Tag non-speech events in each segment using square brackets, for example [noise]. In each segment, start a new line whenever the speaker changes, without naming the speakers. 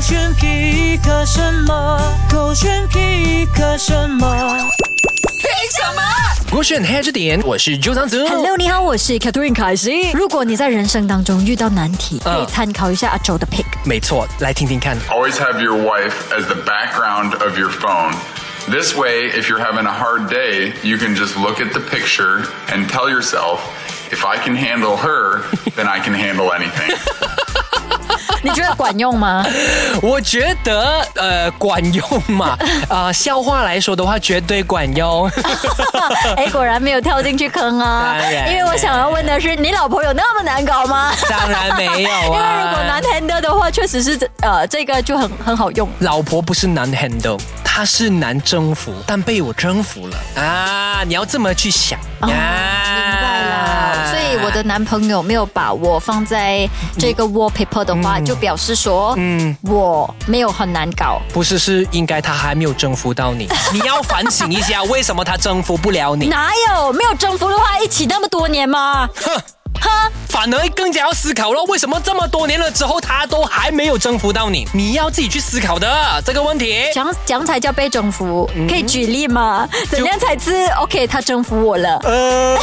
选皮克什么？狗选皮克什么？
我选黑着点，我是周长泽。
Hello，你好，我是 Catherine 凯西。如果你在人生当中遇到难题，可以参考一下阿周
嗯
的 pick。
没错，来听听看。
Always have your wife as the background of your phone. This way, if you're having a hard day, you can just look at the picture and tell yourself, if I can handle her, then I can handle anything.
你觉得管
[laughs]
用吗？
我觉得呃管用嘛，
[laughs]
啊、笑话来说的话绝对管用。
哎，果然没有跳进去坑啊
当然！
因为我想要问的是，你老婆有那么难搞吗？
当然没有啊，
因为如果难 handle 的话，确实是这呃这个就很很好用。
老婆不是难 handle，她是难征服，但被我征服了啊！你要这么去想、啊，明
哦明白啦，所以我的男朋友没有把我放在这
嗯
个 wallpaper 的话，就表示说，嗯，我没有很难搞。
不是是应该她还没有征服到你，你要反省一下，为什么她征服不了你？
哪有没有征服的话，一起那么多年吗？
哼，
哈，
反而更加要思考了，为什么这么多年了之后，她都还没有征服到你？你要自己去思考的这个问题。
[laughs] 怎样怎样才叫被征服？
嗯
可以举例吗？怎样才知 OK 他征服我了？
呃，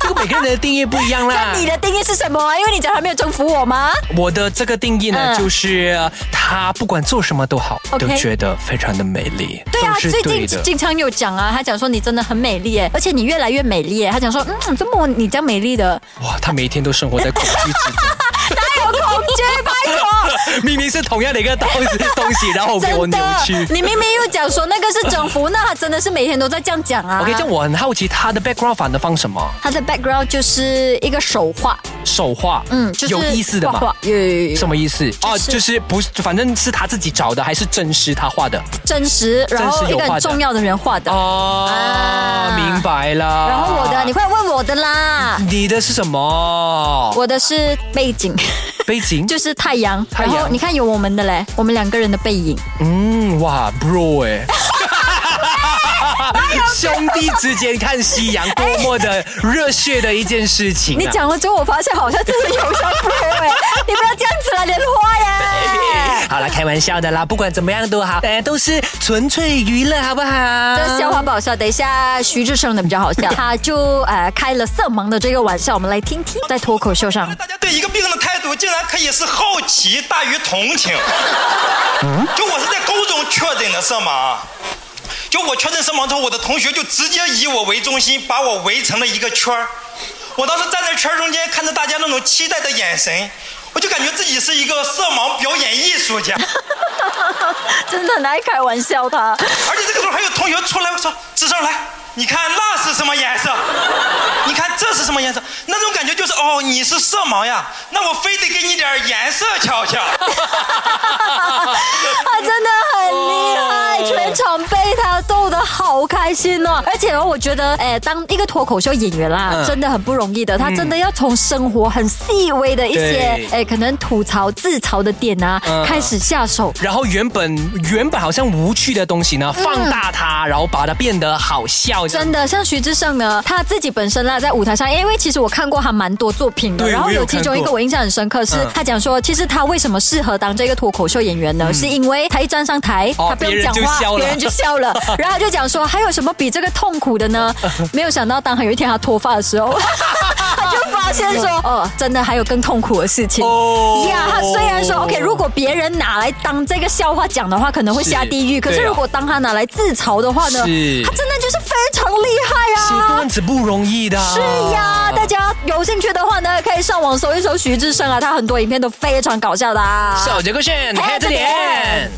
这个每个人的定义不一样 [laughs] 啦
那。你的定义是什么啊？因为你讲他没有征服我吗？
我的这个定义呢，
嗯
就是她不管做什么都好
OK
都觉得非常的美丽，
对啊，
都是
最
嗯对
近
的。
经常有讲啊，他讲说你真的很美丽耶，而且你越来越美丽耶。他讲说，嗯，这么你这样美丽
[laughs]
的，
哇，她每一天都生活在恐惧之 [laughs] 中。
哪有恐惧？拜托。
明明是同样的一个东西，东西，然后被 [laughs] 我
真
扭
的
曲，。
你明明又讲说那个是征服， [laughs] 那他真的是每天都在这样讲啊。
OK，这样我很好奇，他的 background 反的放什么？
他的 background 就是一个手画，
手画，
嗯，就是
有意思的
画
吗
画？有有有有
什么意思？哦，
是
就是不是，反正是他自己找的，还是真实他画的？
真实，然后一
有
个
画的
很重要的人画的。
哦
啊，
明白了。
然后我的，你快问我的啦。
你的是什么？
我的是背景， [laughs]
背景？
就是太阳。
太阳
然后你看有我们的嘞，我们两个人的背影。
嗯，哇，bro [laughs] 哎。兄弟之间看夕阳，多么的热血的一件事情、啊！
你讲了之后，我发现好像真的有像 pro [laughs] 哎，你不要这样子啦，莲花 [laughs] 呀！
好啦，开玩笑的啦，不管怎么样都好，呃，都是纯粹娱乐，好不好？
这笑话不好笑，等一下徐志胜的比较好笑，他就呃开了色盲的这个玩笑，我们来听听，在脱口秀上
大家对一个病人的态度，竟然可以是好奇大于同情。就我是在高中确诊的色盲，就我确诊色盲之后，我的同学就直接以我为中心，把我围成了一个圈儿。我当时站在圈儿中间，看着大家那种期待的眼神，我就感觉自己是一个色盲表演艺术家。
真的很爱开玩笑他，
而且这个时候还有同学出来说：“志胜来，你看那是什么颜色？你看这是什么颜色？那种感觉就是哦，你是色盲呀，那我非得给你点颜色瞧瞧。
他啊真的很厉害，全场被他逗得好开心哦。而且哦，我觉得，哎，当一个脱口秀演员啦，
嗯
真的很不容易的，他真的要从生活很细微的一些
对，
哎，可能吐槽、自嘲的点啊，
嗯
开始下手。
然后原本原本好像无趣的东西呢，放大它，然后把它变得好笑。
真的，像徐志胜呢，他自己本身啦，在舞台上，因为其实我看过他蛮多作品的，
对
然后
我也有
有其中
看
一个
过
我印象很深刻是，
嗯
他讲说，其实他为什么适合当这个脱口秀演员呢？是因为他一站上台，
嗯哦
他不用
别人
讲
就笑了
话，别人就笑
[laughs]
了，然后他就讲说，还有什么比这个痛苦的呢？没有想到，当他有一天他脱发的
[laughs]
时候。他就发现说，哦，真的还有更痛苦的事情。
哦
呀，他虽然说，OK，如果别人拿来当这个笑话讲的话，可能会
是
下地狱。可是
对啊
如果当他拿来自嘲的话呢，
是
他真的就是非常厉
写
害啊！
段子不容易的。
是呀，大家有兴趣的话呢，可以上网搜一搜徐志胜啊，他很多影片都非常搞笑的啊。
手杰克炫，看这点。